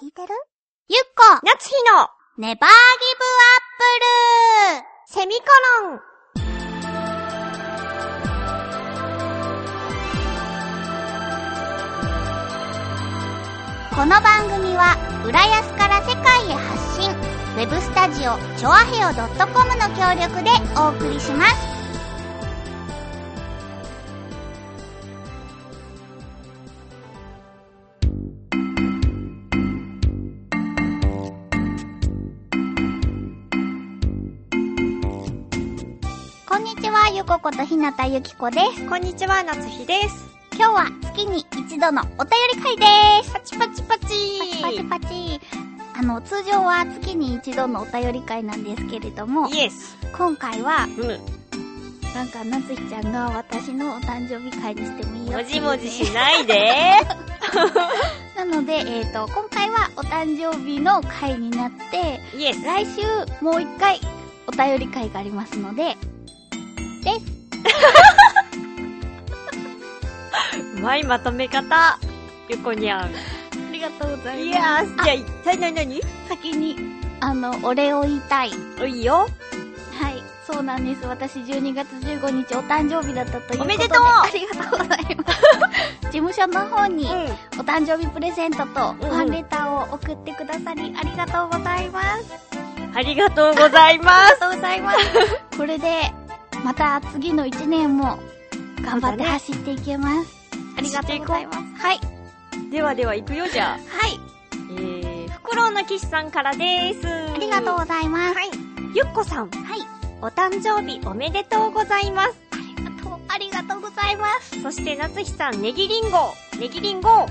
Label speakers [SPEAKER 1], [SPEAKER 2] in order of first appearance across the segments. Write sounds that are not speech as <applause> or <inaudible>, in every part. [SPEAKER 1] 聞いてるゆっこ
[SPEAKER 2] 夏日の
[SPEAKER 1] ネバーギブアップル
[SPEAKER 2] セミコロン
[SPEAKER 1] この番組は浦安から世界へ発信ウェブスタジオチョアヘオ .com の協力でお送りしますこんにちはゆこことひなたゆきこです
[SPEAKER 2] こんにちは夏日です
[SPEAKER 1] 今日は月に一度のお便り会でーす
[SPEAKER 2] パチパチ
[SPEAKER 1] パ
[SPEAKER 2] パチ
[SPEAKER 1] チパチパチ。あの、通常は月に一度のお便り会なんですけれども、
[SPEAKER 2] イエス
[SPEAKER 1] 今回は、
[SPEAKER 2] うん
[SPEAKER 1] なんか、なつひちゃんが私のお誕生日会にしてもいいよって
[SPEAKER 2] も
[SPEAKER 1] い
[SPEAKER 2] じ
[SPEAKER 1] うね
[SPEAKER 2] もじしないで
[SPEAKER 1] なので、えっ、と、今回はお誕生日の会になって、
[SPEAKER 2] イエス
[SPEAKER 1] 来週もう一回お便り会がありますので、です。
[SPEAKER 2] うまいまとめ方ゆこにゃん
[SPEAKER 1] ありがとうござ
[SPEAKER 2] イエスじ
[SPEAKER 1] ま
[SPEAKER 2] ゃあ一体何何
[SPEAKER 1] す。先に、あの、お礼を言いたい。
[SPEAKER 2] おいよ
[SPEAKER 1] はい、そうなんです。私12月15日お誕生日だったということで。
[SPEAKER 2] おめでとう
[SPEAKER 1] ありがとうござい
[SPEAKER 2] <laughs>
[SPEAKER 1] ます。事務所の方に
[SPEAKER 2] う
[SPEAKER 1] お誕生日プレゼントとフ
[SPEAKER 2] うん
[SPEAKER 1] ァンレターを送ってくださりありがとうございます。
[SPEAKER 2] んありがとうございます
[SPEAKER 1] ありがとうございます。これで、また次の1年も頑張って走っていけます。ありがとうございます。はい。
[SPEAKER 2] ではでは行くよじゃあ
[SPEAKER 1] はい。
[SPEAKER 2] えー、フクロウの騎士さんからです
[SPEAKER 1] ありがとうございます。
[SPEAKER 2] はいゆっこさん
[SPEAKER 1] はい。
[SPEAKER 2] お誕生日おめでとうございます
[SPEAKER 1] ありがとう、ありがとうございます。
[SPEAKER 2] そして夏日さん、ネギリンゴ、ネギリンゴ。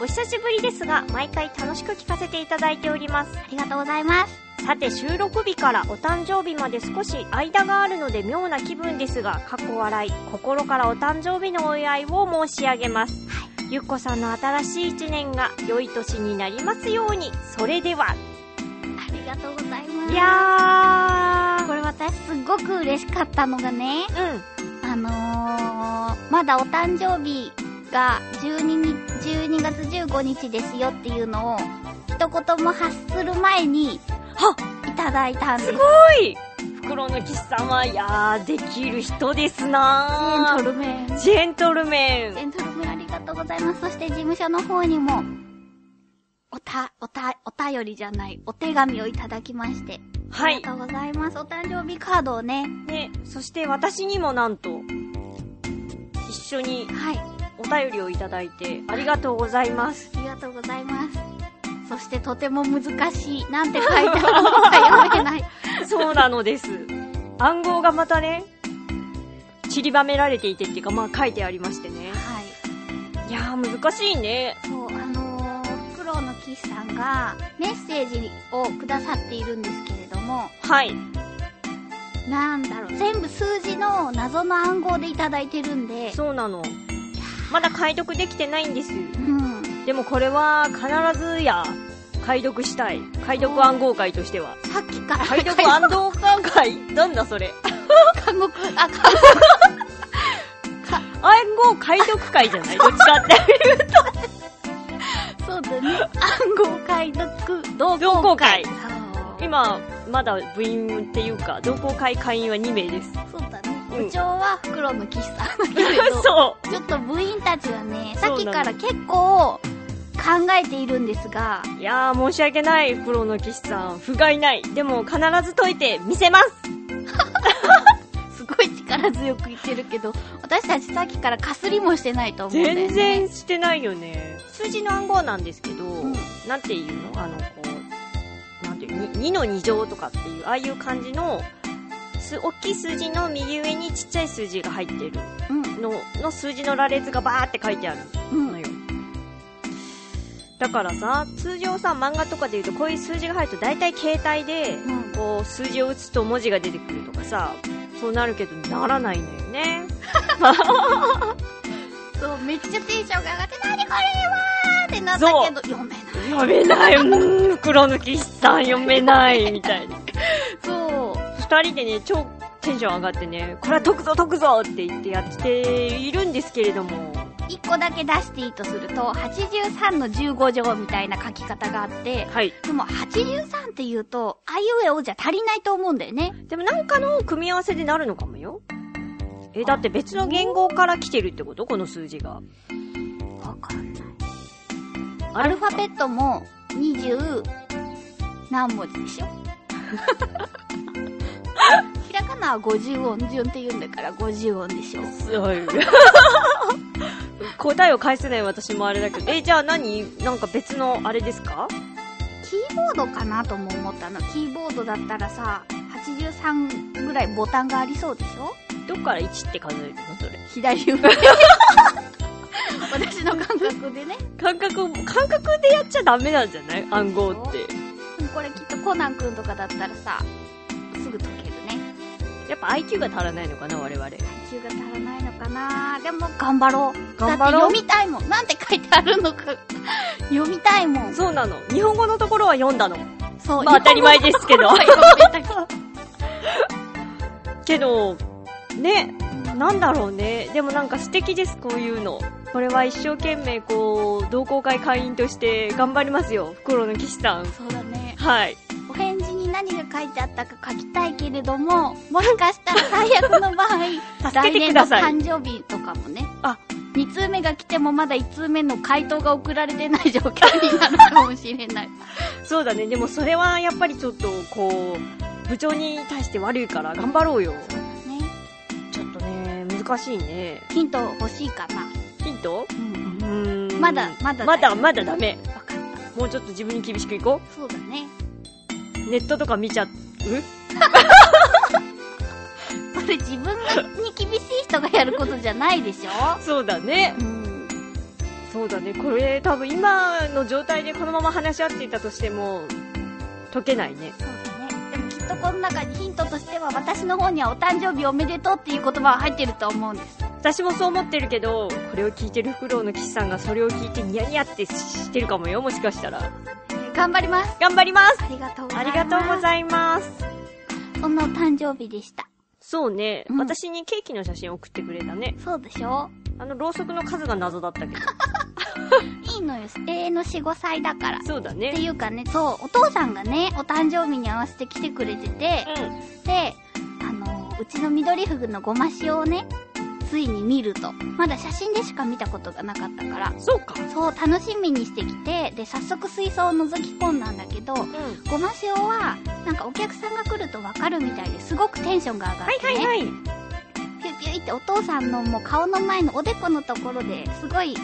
[SPEAKER 2] お久しぶりですが、毎回楽しく聞かせていただいております。
[SPEAKER 1] ありがとうございます。
[SPEAKER 2] さて、収録日からお誕生日まで少し間があるので妙な気分ですが、過去笑い、心からお誕生日のお祝いを申し上げます。ゆっこさんの新しい一年が良い年になりますように、それでは。
[SPEAKER 1] ありがとうございます。
[SPEAKER 2] いや
[SPEAKER 1] これ私すっごく嬉しかったのがね、
[SPEAKER 2] ー。うん。
[SPEAKER 1] あのー、まだお誕生日が12日、12月15日ですよっていうのを、一言も発する前に、
[SPEAKER 2] はっ
[SPEAKER 1] いただいたんです。
[SPEAKER 2] すごい袋の岸さんは、いやー、できる人ですな
[SPEAKER 1] ジェントルメン。ジ
[SPEAKER 2] ー。ジェントルメン。
[SPEAKER 1] ェントルメンありがとうございます。そして事務所の方にも、おた、おた、お便りじゃない、お手紙をいただきまして。
[SPEAKER 2] は
[SPEAKER 1] あり
[SPEAKER 2] い。
[SPEAKER 1] がとうございます。お誕生日カードをね、
[SPEAKER 2] ね、そして私にもなんと、一緒に
[SPEAKER 1] はい、
[SPEAKER 2] お便りをいただいて、ありがとうございます。
[SPEAKER 1] ありがとうございます。そしてとても難しい。なんて書いてあるのか読めない。
[SPEAKER 2] そうなの <laughs> です。暗号がまたね、散りばめられていてっていうか、まあ書いてありましてね。
[SPEAKER 1] はい。
[SPEAKER 2] いやー、難しいね。
[SPEAKER 1] そう、あのー、フクロウの騎士さんがメッセージをくださっているんですけれども、
[SPEAKER 2] はい。
[SPEAKER 1] なんだろう、全部数字の謎の暗号でいただいてるんで、
[SPEAKER 2] そうなの。まだ解読できてないんです。
[SPEAKER 1] うん。
[SPEAKER 2] でもこれは必ずや、解読したい。解読暗号会として <laughs> は。
[SPEAKER 1] さっきから、
[SPEAKER 2] 解読暗号会なんだそれ。
[SPEAKER 1] 韓国、あ、韓
[SPEAKER 2] <laughs> 暗号解読会じゃないどっちかって。
[SPEAKER 1] 国、そうだね。暗号解読、同
[SPEAKER 2] 同好会
[SPEAKER 1] そう。
[SPEAKER 2] 今、まだ部員っていうか、同好会会員は2名です。
[SPEAKER 1] そうだ
[SPEAKER 2] う
[SPEAKER 1] ね。
[SPEAKER 2] ん
[SPEAKER 1] 部長はフクロウの騎士さんだけれど、
[SPEAKER 2] <laughs> そ
[SPEAKER 1] ちょっと部員たちはね、
[SPEAKER 2] そう
[SPEAKER 1] さ
[SPEAKER 2] な
[SPEAKER 1] っ
[SPEAKER 2] の
[SPEAKER 1] きから結構考えているんですが、
[SPEAKER 2] う。いやー、申し訳ない、プロの騎士さん。不甲斐ない。でも、必ず解いてみせます
[SPEAKER 1] すごい力強く言ってるけど、私たちさっきからかすりもしてないと思うんだよね。
[SPEAKER 2] 全然してないよね。数字の暗号なんですけど、
[SPEAKER 1] ん
[SPEAKER 2] なんていうのあの、こう、なんていうに ?2 の2乗とかっていう、ああいう感じの、す、大きい数字の右上にちっちゃい数字が入ってるの、の数字の羅列がバーって書いてある。
[SPEAKER 1] うん。う
[SPEAKER 2] の
[SPEAKER 1] ん。
[SPEAKER 2] よ。だからさ、通常さ、漫画とかで言うと、こういう数字が入ると、大体携帯で、
[SPEAKER 1] うん
[SPEAKER 2] こう、数字を打つと文字が出てくるとかさ、そうなるけど、ならないのよね。
[SPEAKER 1] そう、めっちゃテンションが上がって、なにこれはーってなったけど、読めない。
[SPEAKER 2] 読めない、うーん、黒抜きさん読めない、みたいな。
[SPEAKER 1] そう。
[SPEAKER 2] 二人でね、超テンション上がってね、これは解くぞ解くぞって言ってやっているんですけれども、
[SPEAKER 1] 1個だけ出していいとすると、83の15乗みたいな書き方があって、
[SPEAKER 2] はい。
[SPEAKER 1] でも83って言うと、あいうえおじゃ足りないと思うんだよね。
[SPEAKER 2] でもなんかの組み合わせでなるのかもよ。え、だって別の言語から来てるってことこの数字が。
[SPEAKER 1] わかんない。
[SPEAKER 2] ア
[SPEAKER 1] アルファベットも20何文字でしょ <laughs> ひらがなは50音順って言うんだから50音でしょ
[SPEAKER 2] はい。 <laughs> 答えを返せない私もあれだけど。え、じゃあ何なんか別のあれですか
[SPEAKER 1] キーボードかなとも思ったの。キーボードだったらさ、83ぐらいボタンがありそうでしょ
[SPEAKER 2] どっから1って数えるのそれ。
[SPEAKER 1] 左上。 <laughs> 私の感覚でね。
[SPEAKER 2] 感覚、感覚でやっちゃダメなんじゃない暗号って。
[SPEAKER 1] でもこれきっとコナン君とかだったらさ、すぐ解けるね。
[SPEAKER 2] やっぱ IQ が足らないのかな我々。
[SPEAKER 1] 配球が足らないのかなでも頑張ろう。
[SPEAKER 2] 頑張
[SPEAKER 1] だ
[SPEAKER 2] ろ
[SPEAKER 1] っ
[SPEAKER 2] う
[SPEAKER 1] て読みたいもん。なんて書いてあるのか。 <laughs> 読みたいもん。
[SPEAKER 2] そうなの。日本語のところは読んだの。
[SPEAKER 1] そう。
[SPEAKER 2] まあ当たり前ですけど。
[SPEAKER 1] 読めたけど。
[SPEAKER 2] <laughs> けど、ね、なんだろうね。でもなんか素敵です、こういうの。これは一生懸命こう、同好会会員として頑張りますよ。袋の騎士さん。
[SPEAKER 1] そうだね。
[SPEAKER 2] はい。
[SPEAKER 1] お返事に何が書いてあったか書きたいけれども、もしかしたら最悪の
[SPEAKER 2] <laughs>
[SPEAKER 1] 場合、
[SPEAKER 2] 助け
[SPEAKER 1] 来
[SPEAKER 2] て
[SPEAKER 1] 年
[SPEAKER 2] く
[SPEAKER 1] の
[SPEAKER 2] ださい。
[SPEAKER 1] 誕生日とかもね。
[SPEAKER 2] あ
[SPEAKER 1] 2通目が来てもまだ1通目の回答が送られてない状況になるかもしれない。
[SPEAKER 2] そうだね。でもそれはやっぱりちょっと、こう、部長に対して悪いから頑張ろうよ。
[SPEAKER 1] ね。
[SPEAKER 2] ちょっとね、難しいね。
[SPEAKER 1] ヒント欲しいかな。
[SPEAKER 2] ヒント
[SPEAKER 1] うん。
[SPEAKER 2] うーん
[SPEAKER 1] まだまだ
[SPEAKER 2] まだ、まだダメ。
[SPEAKER 1] わかった。
[SPEAKER 2] もうちょっと自分に厳しくいこ
[SPEAKER 1] そうだね。
[SPEAKER 2] う。ネットとか見ちゃう
[SPEAKER 1] それ自分に厳しい人がやることじゃないでしょ
[SPEAKER 2] そうだね。
[SPEAKER 1] うん。
[SPEAKER 2] そうだね、これ多分今の状態でこのまま話し合っていたとしても、解けないね。
[SPEAKER 1] そうだね。でもきっとこの中にヒントとしては私の方にはお誕生日おめでとうっていう言葉は入ってると思うんです。
[SPEAKER 2] 私もそう思ってるけど、これを聞いてるフクロウの騎士さんがそれを聞いてニヤニヤってしてるかもよ、もしかしたら。
[SPEAKER 1] 頑張ります。
[SPEAKER 2] 頑張ります
[SPEAKER 1] ありがとうござ
[SPEAKER 2] あ
[SPEAKER 1] いま
[SPEAKER 2] り
[SPEAKER 1] す。
[SPEAKER 2] がとうございます。
[SPEAKER 1] す。このお誕生日でした。
[SPEAKER 2] そうね、
[SPEAKER 1] うん
[SPEAKER 2] 私にケーキの写真送ってくれたね。
[SPEAKER 1] そうでしょ
[SPEAKER 2] あの、ろうそくの数が謎だったけ <laughs> ど。
[SPEAKER 1] いいのよ。永遠の4、5歳だから。
[SPEAKER 2] そうだ
[SPEAKER 1] って
[SPEAKER 2] ね。
[SPEAKER 1] いうかね、そう、お父さんがね、お誕生日に合わせて来てくれてて、
[SPEAKER 2] うん。
[SPEAKER 1] で、あの、うちの緑ふぐのごま塩をね、ついに見ると。まだ写真でしか見たことがなかったから。
[SPEAKER 2] そうか。
[SPEAKER 1] そう、楽しみにしてきて、で、早速水槽を覗き込んだんだけど、
[SPEAKER 2] うん。は
[SPEAKER 1] ごま塩は、なんかお客さんが来るとわかるみたいですごくテンションが上がっ
[SPEAKER 2] い
[SPEAKER 1] て、ね。
[SPEAKER 2] はいはい。
[SPEAKER 1] ピュピュイってお父さんのもう顔の前のおでこのところですごい喜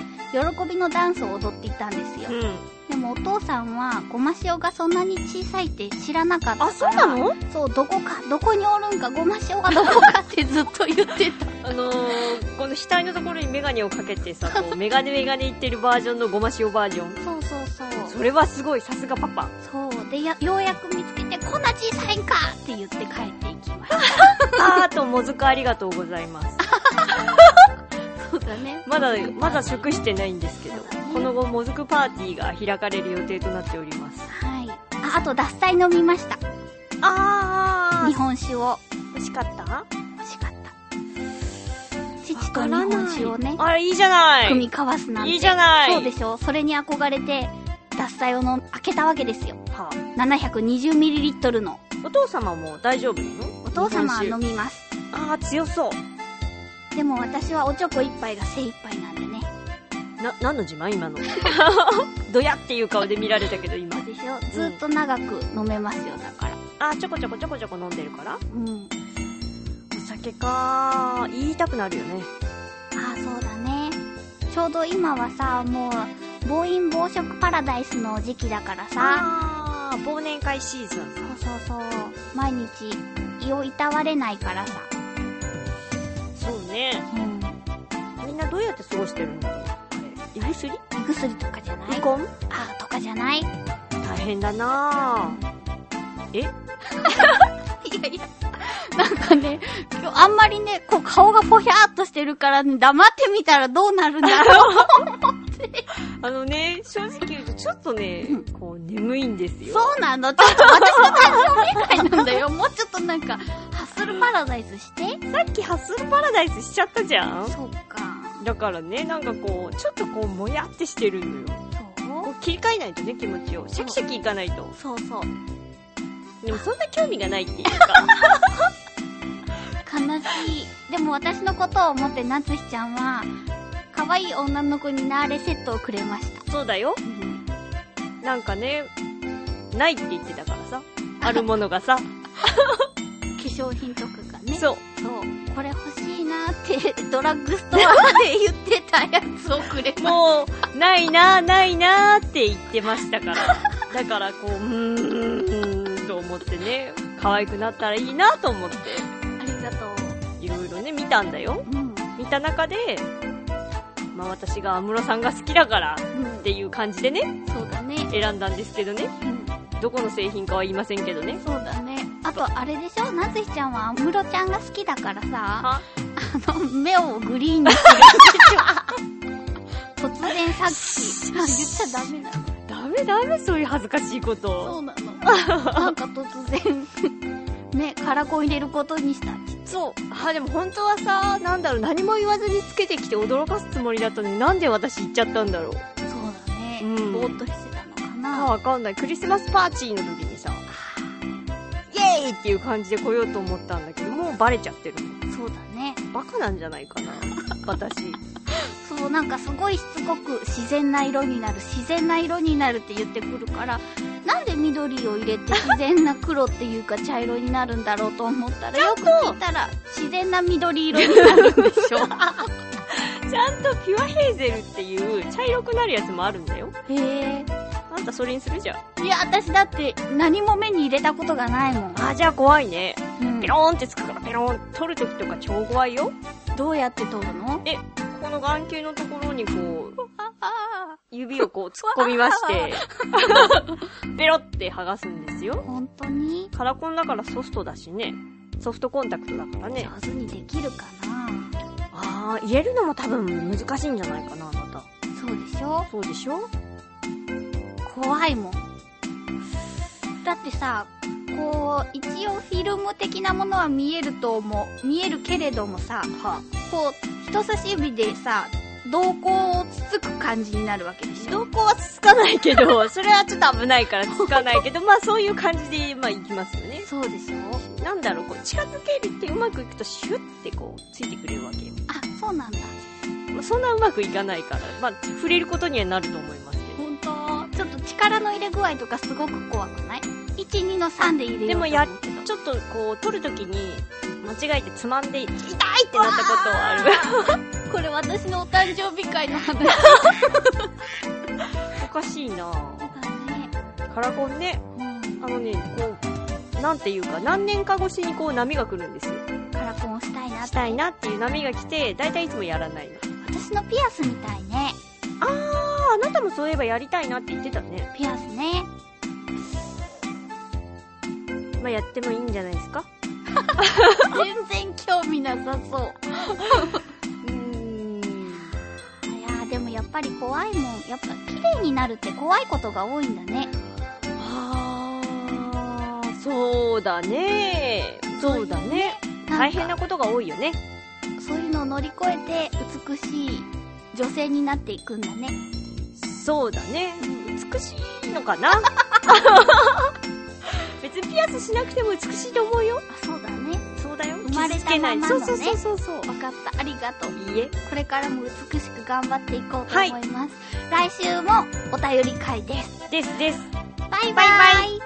[SPEAKER 1] びのダンスを踊っていたんですよ。
[SPEAKER 2] う
[SPEAKER 1] で
[SPEAKER 2] ん。
[SPEAKER 1] もお父さんはごま塩がそんなに小さいって知らなかったから。
[SPEAKER 2] あ、そうなの
[SPEAKER 1] そう、どこか、どこにおるんか、ごま塩がどこかってずっと言ってた。
[SPEAKER 2] あのー、この額のところにメガネをかけてさ、こう、メガネメガネいってるバージョンのごま塩バージョン。
[SPEAKER 1] そうそうそう。
[SPEAKER 2] <laughs> それはすごい、さすがパパ。
[SPEAKER 1] そう。で、やようやく見つけて、こんな小さいんかって言って帰っていきました。
[SPEAKER 2] あーと、もずくありがとうございます。
[SPEAKER 1] そうだね。
[SPEAKER 2] まだ、まだ食してないんですけど、この後もずくパーティーが開かれる予定となっております。
[SPEAKER 1] はい。あ、あと、脱菜飲みました。
[SPEAKER 2] あ
[SPEAKER 1] 日本酒を。
[SPEAKER 2] ー、美味しかった
[SPEAKER 1] 欲しかった。父と日本酒をね、
[SPEAKER 2] あれ、いいじゃな
[SPEAKER 1] 組み
[SPEAKER 2] い。
[SPEAKER 1] 交わすなんて。
[SPEAKER 2] いいじゃない。
[SPEAKER 1] そうでしょそれに憧れて、脱菜をの開けたわけですよ。
[SPEAKER 2] は
[SPEAKER 1] 720ml の。
[SPEAKER 2] お父様も大丈夫なの
[SPEAKER 1] お父様は
[SPEAKER 2] 日
[SPEAKER 1] 飲
[SPEAKER 2] 本
[SPEAKER 1] みます。
[SPEAKER 2] 酒あー、強そう。
[SPEAKER 1] でも私はおちょこ一杯が精一杯なんでね。
[SPEAKER 2] な、何の自慢今の。 <laughs> ドヤっていう顔で見られたけど、今
[SPEAKER 1] そう。でしょずっと長く飲めますよ、だから。
[SPEAKER 2] あー、ちょこちょこちょこちょこ飲んでるから。
[SPEAKER 1] うん。
[SPEAKER 2] お酒かー、言いたくなるよね。
[SPEAKER 1] ああ、そうだね。ちょうど今はさ、もう、暴飲暴食パラダイスの時期だからさ。
[SPEAKER 2] あー、忘年会シーズン。
[SPEAKER 1] そうそうそう。毎日、胃をいたわれないからさ。
[SPEAKER 2] そうね。
[SPEAKER 1] うん。
[SPEAKER 2] みんなどうやって過ごしてるんだろう。胃薬
[SPEAKER 1] 胃薬とかじゃない
[SPEAKER 2] 離婚
[SPEAKER 1] ああ、とかじゃないい
[SPEAKER 2] 大変だなぁ。
[SPEAKER 1] やいや。なんかね、今日あんまりね、こう顔がぽひゃーっとしてるから、ね、黙ってみたらどうなるんだろう。
[SPEAKER 2] あのね、正直言うとちょっとね
[SPEAKER 1] うん、
[SPEAKER 2] こう眠いんですよ。
[SPEAKER 1] <laughs> そうなのちょっと私の誕生日会なんだよ。 <laughs> もうちょっとなんか、ハッスルパラダイスして
[SPEAKER 2] さっきハッスルパラダイスしちゃったじゃん
[SPEAKER 1] そうか。
[SPEAKER 2] だからね、なんかこう、ちょっとこう、もやってしてるのよ。こ
[SPEAKER 1] そう
[SPEAKER 2] 切り替えないとね、気持ちを。シャキシャキいかないと。
[SPEAKER 1] うそうそう。
[SPEAKER 2] でもそんな興味がないっていうか。
[SPEAKER 1] 悲しい。でも私のことを思って夏日ちゃんは、可愛い女の子になーれセットをくれました。
[SPEAKER 2] <laughs> そうだよ。なんかね、ないって言ってたからさ。あるものがさ。
[SPEAKER 1] 化粧品とかがね。そう。
[SPEAKER 2] そう。
[SPEAKER 1] これ欲しいなーって、 <laughs> ドラッグストアで言ってたやつをくれまし
[SPEAKER 2] もう、ないな、ないなって言ってましたから。だからこう、うーん、と思ってね、可愛くなったらいいなと思って、
[SPEAKER 1] た。ありがとう。
[SPEAKER 2] いろいろね、見たんだよ。
[SPEAKER 1] うん。
[SPEAKER 2] 見た中で、まあ私が安室さんが好きだから
[SPEAKER 1] うん
[SPEAKER 2] っていう感じでね、
[SPEAKER 1] そうだね。
[SPEAKER 2] 選んだんですけどね。
[SPEAKER 1] うん。
[SPEAKER 2] どこの製品かは言いませんけどね。
[SPEAKER 1] そうだね。あと、あれでしょ夏日ちゃんは安室ちゃんが好きだからさ、
[SPEAKER 2] は
[SPEAKER 1] あの、目をグリーンにするん <laughs> でしょ突然さっ <laughs> き、あ、言っちゃダメなの。
[SPEAKER 2] ダメダメ、そういう恥ずかしいこと
[SPEAKER 1] そ
[SPEAKER 2] を。
[SPEAKER 1] うなの。なんか突然、ね、カラコン入れることにした。
[SPEAKER 2] そう。あ、でも本当はさ、なんだろう、何も言わずにつけてきて驚かすつもりだったのに、なんで私言っちゃったんだろう。
[SPEAKER 1] そうだね。
[SPEAKER 2] うん
[SPEAKER 1] ぼーっとしてたのか
[SPEAKER 2] あ
[SPEAKER 1] な。
[SPEAKER 2] わかんない。クリスマスパーティーの時にさ、イエーイっていう感じで来ようと思ったんだけど、もうバレちゃってる。
[SPEAKER 1] そうだね。
[SPEAKER 2] バカなんじゃないかな。私。
[SPEAKER 1] そう、なんかすごいしつこく自然な色になる、自然な色になるって言ってくるから、なんで緑を入れて自然な黒っていうか茶色になるんだろうと思ったら、よく聞いたら自然な緑色になるんでし
[SPEAKER 2] <laughs>
[SPEAKER 1] ょ。
[SPEAKER 2] ちゃんとピュアヘーゼルっていう茶色くなるやつもあるんだよ。
[SPEAKER 1] <laughs> へ
[SPEAKER 2] あんたそれにするじゃん。
[SPEAKER 1] え。いや、私だって何も目に入れたことがないもん。
[SPEAKER 2] あ、じゃあ怖いね。
[SPEAKER 1] うん
[SPEAKER 2] ペローンってつくからペローン。取る時とか超怖いよ。
[SPEAKER 1] どうやって取るの
[SPEAKER 2] この眼球のところにこう、
[SPEAKER 1] ああ、
[SPEAKER 2] 指をこう突っ込みま <laughs> して、ペロって剥がすんですよ。
[SPEAKER 1] 本当に
[SPEAKER 2] カラコンだからソフトだしね。ソフトコンタクトだからね。
[SPEAKER 1] 上手にできるかな
[SPEAKER 2] あー、入れるのも多分難しいんじゃないかな、あなた。
[SPEAKER 1] そうでしょ
[SPEAKER 2] そうでしょ
[SPEAKER 1] 怖いもん。だってさ、こう、一応フィルム的なものは見えると思う。見えるけれどもさ、
[SPEAKER 2] は
[SPEAKER 1] こう、人差し指でさ、瞳孔をつつく感じになるわけでしょ
[SPEAKER 2] 瞳孔はつつかないけ <laughs> ど、それはちょっと危ないからつつかないけど、まあそういう感じで、まあいきますよね。
[SPEAKER 1] そうでしょ
[SPEAKER 2] なんだろう、こう近づけるってうまくいくとシュッてこう、ついてくれるわけよ。
[SPEAKER 1] あ、そうなんだ。
[SPEAKER 2] まあ、そんなうまくいかないから、まあ触れることにはなると思いますけど。
[SPEAKER 1] 本当ちょっと力の入れ具合とかすごく怖くない ?1、2の3で入れる
[SPEAKER 2] でもやっ
[SPEAKER 1] けど。
[SPEAKER 2] ちょっとこう、取るときに、間違えてつまんで、痛いってなったことはある。
[SPEAKER 1] これ私のお誕生日会の話
[SPEAKER 2] おかしいなぁ
[SPEAKER 1] だね。
[SPEAKER 2] カラコンね、
[SPEAKER 1] うん
[SPEAKER 2] あのね、こう、なんていうか、何年か越しにこう波が来るんですよ。
[SPEAKER 1] カラコンをしたいなって
[SPEAKER 2] したいなっていう波が来て、だいたいいつもやらないの。
[SPEAKER 1] 私のピアスみたいね。
[SPEAKER 2] あー、あなたもそういえばやりたいなって言ってたね。
[SPEAKER 1] ピアスね。
[SPEAKER 2] まあやってもいいんじゃないですか
[SPEAKER 1] <laughs> 全然興味なさそう。
[SPEAKER 2] うーん。
[SPEAKER 1] いやーでもやっぱり怖いもん。やっぱ綺麗になるって怖いことが多いんだね。
[SPEAKER 2] あー、そうだねそうだね。大変な
[SPEAKER 1] こ
[SPEAKER 2] ことが多いよね。
[SPEAKER 1] と。そういうのを乗り越えて美しい女性になっていくんだね。
[SPEAKER 2] そうだね。美しいのかな <laughs> 別にピアスしなくても美しいと思うよ
[SPEAKER 1] あ。、そうだね。
[SPEAKER 2] そうだよ。
[SPEAKER 1] 生まれたままのね
[SPEAKER 2] 傷つけないそうそうそうそ
[SPEAKER 1] わかった。ありがとう。
[SPEAKER 2] う。いいえ。
[SPEAKER 1] これからも美しく頑張っていこうと
[SPEAKER 2] はい
[SPEAKER 1] 思います。来週もお便り会です。
[SPEAKER 2] ですです。
[SPEAKER 1] バイバイ
[SPEAKER 2] バイ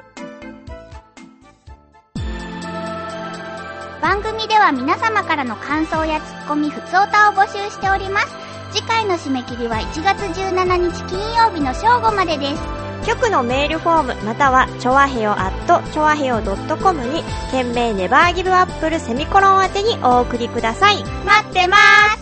[SPEAKER 1] 番組では皆様からの感想やツッコミ、ふつおたを募集しております。次回の締め切りは1月17日金曜日の正午までです。
[SPEAKER 2] 局のメールフォームまたはチョアヘオアットチョアヘオ .com に件名ネバーギブアップルセミコロン宛てにお送りください。
[SPEAKER 1] 待ってます